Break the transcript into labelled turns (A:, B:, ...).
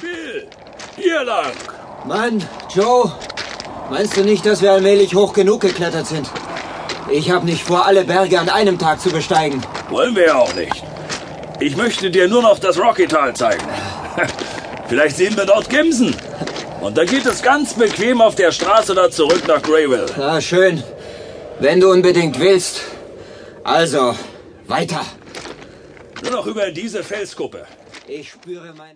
A: Bill! Hier lang!
B: Mann, Joe, meinst du nicht, dass wir allmählich hoch genug geklettert sind? Ich habe nicht vor, alle Berge an einem Tag zu besteigen.
A: Wollen wir ja auch nicht. Ich möchte dir nur noch das Rocky-Tal zeigen. Vielleicht sehen wir dort Gimsen. Und dann geht es ganz bequem auf der Straße da zurück nach Greyville.
B: Ja, schön. Wenn du unbedingt willst. Also, weiter.
A: Nur noch über diese Felskuppe.
B: Ich spüre meine.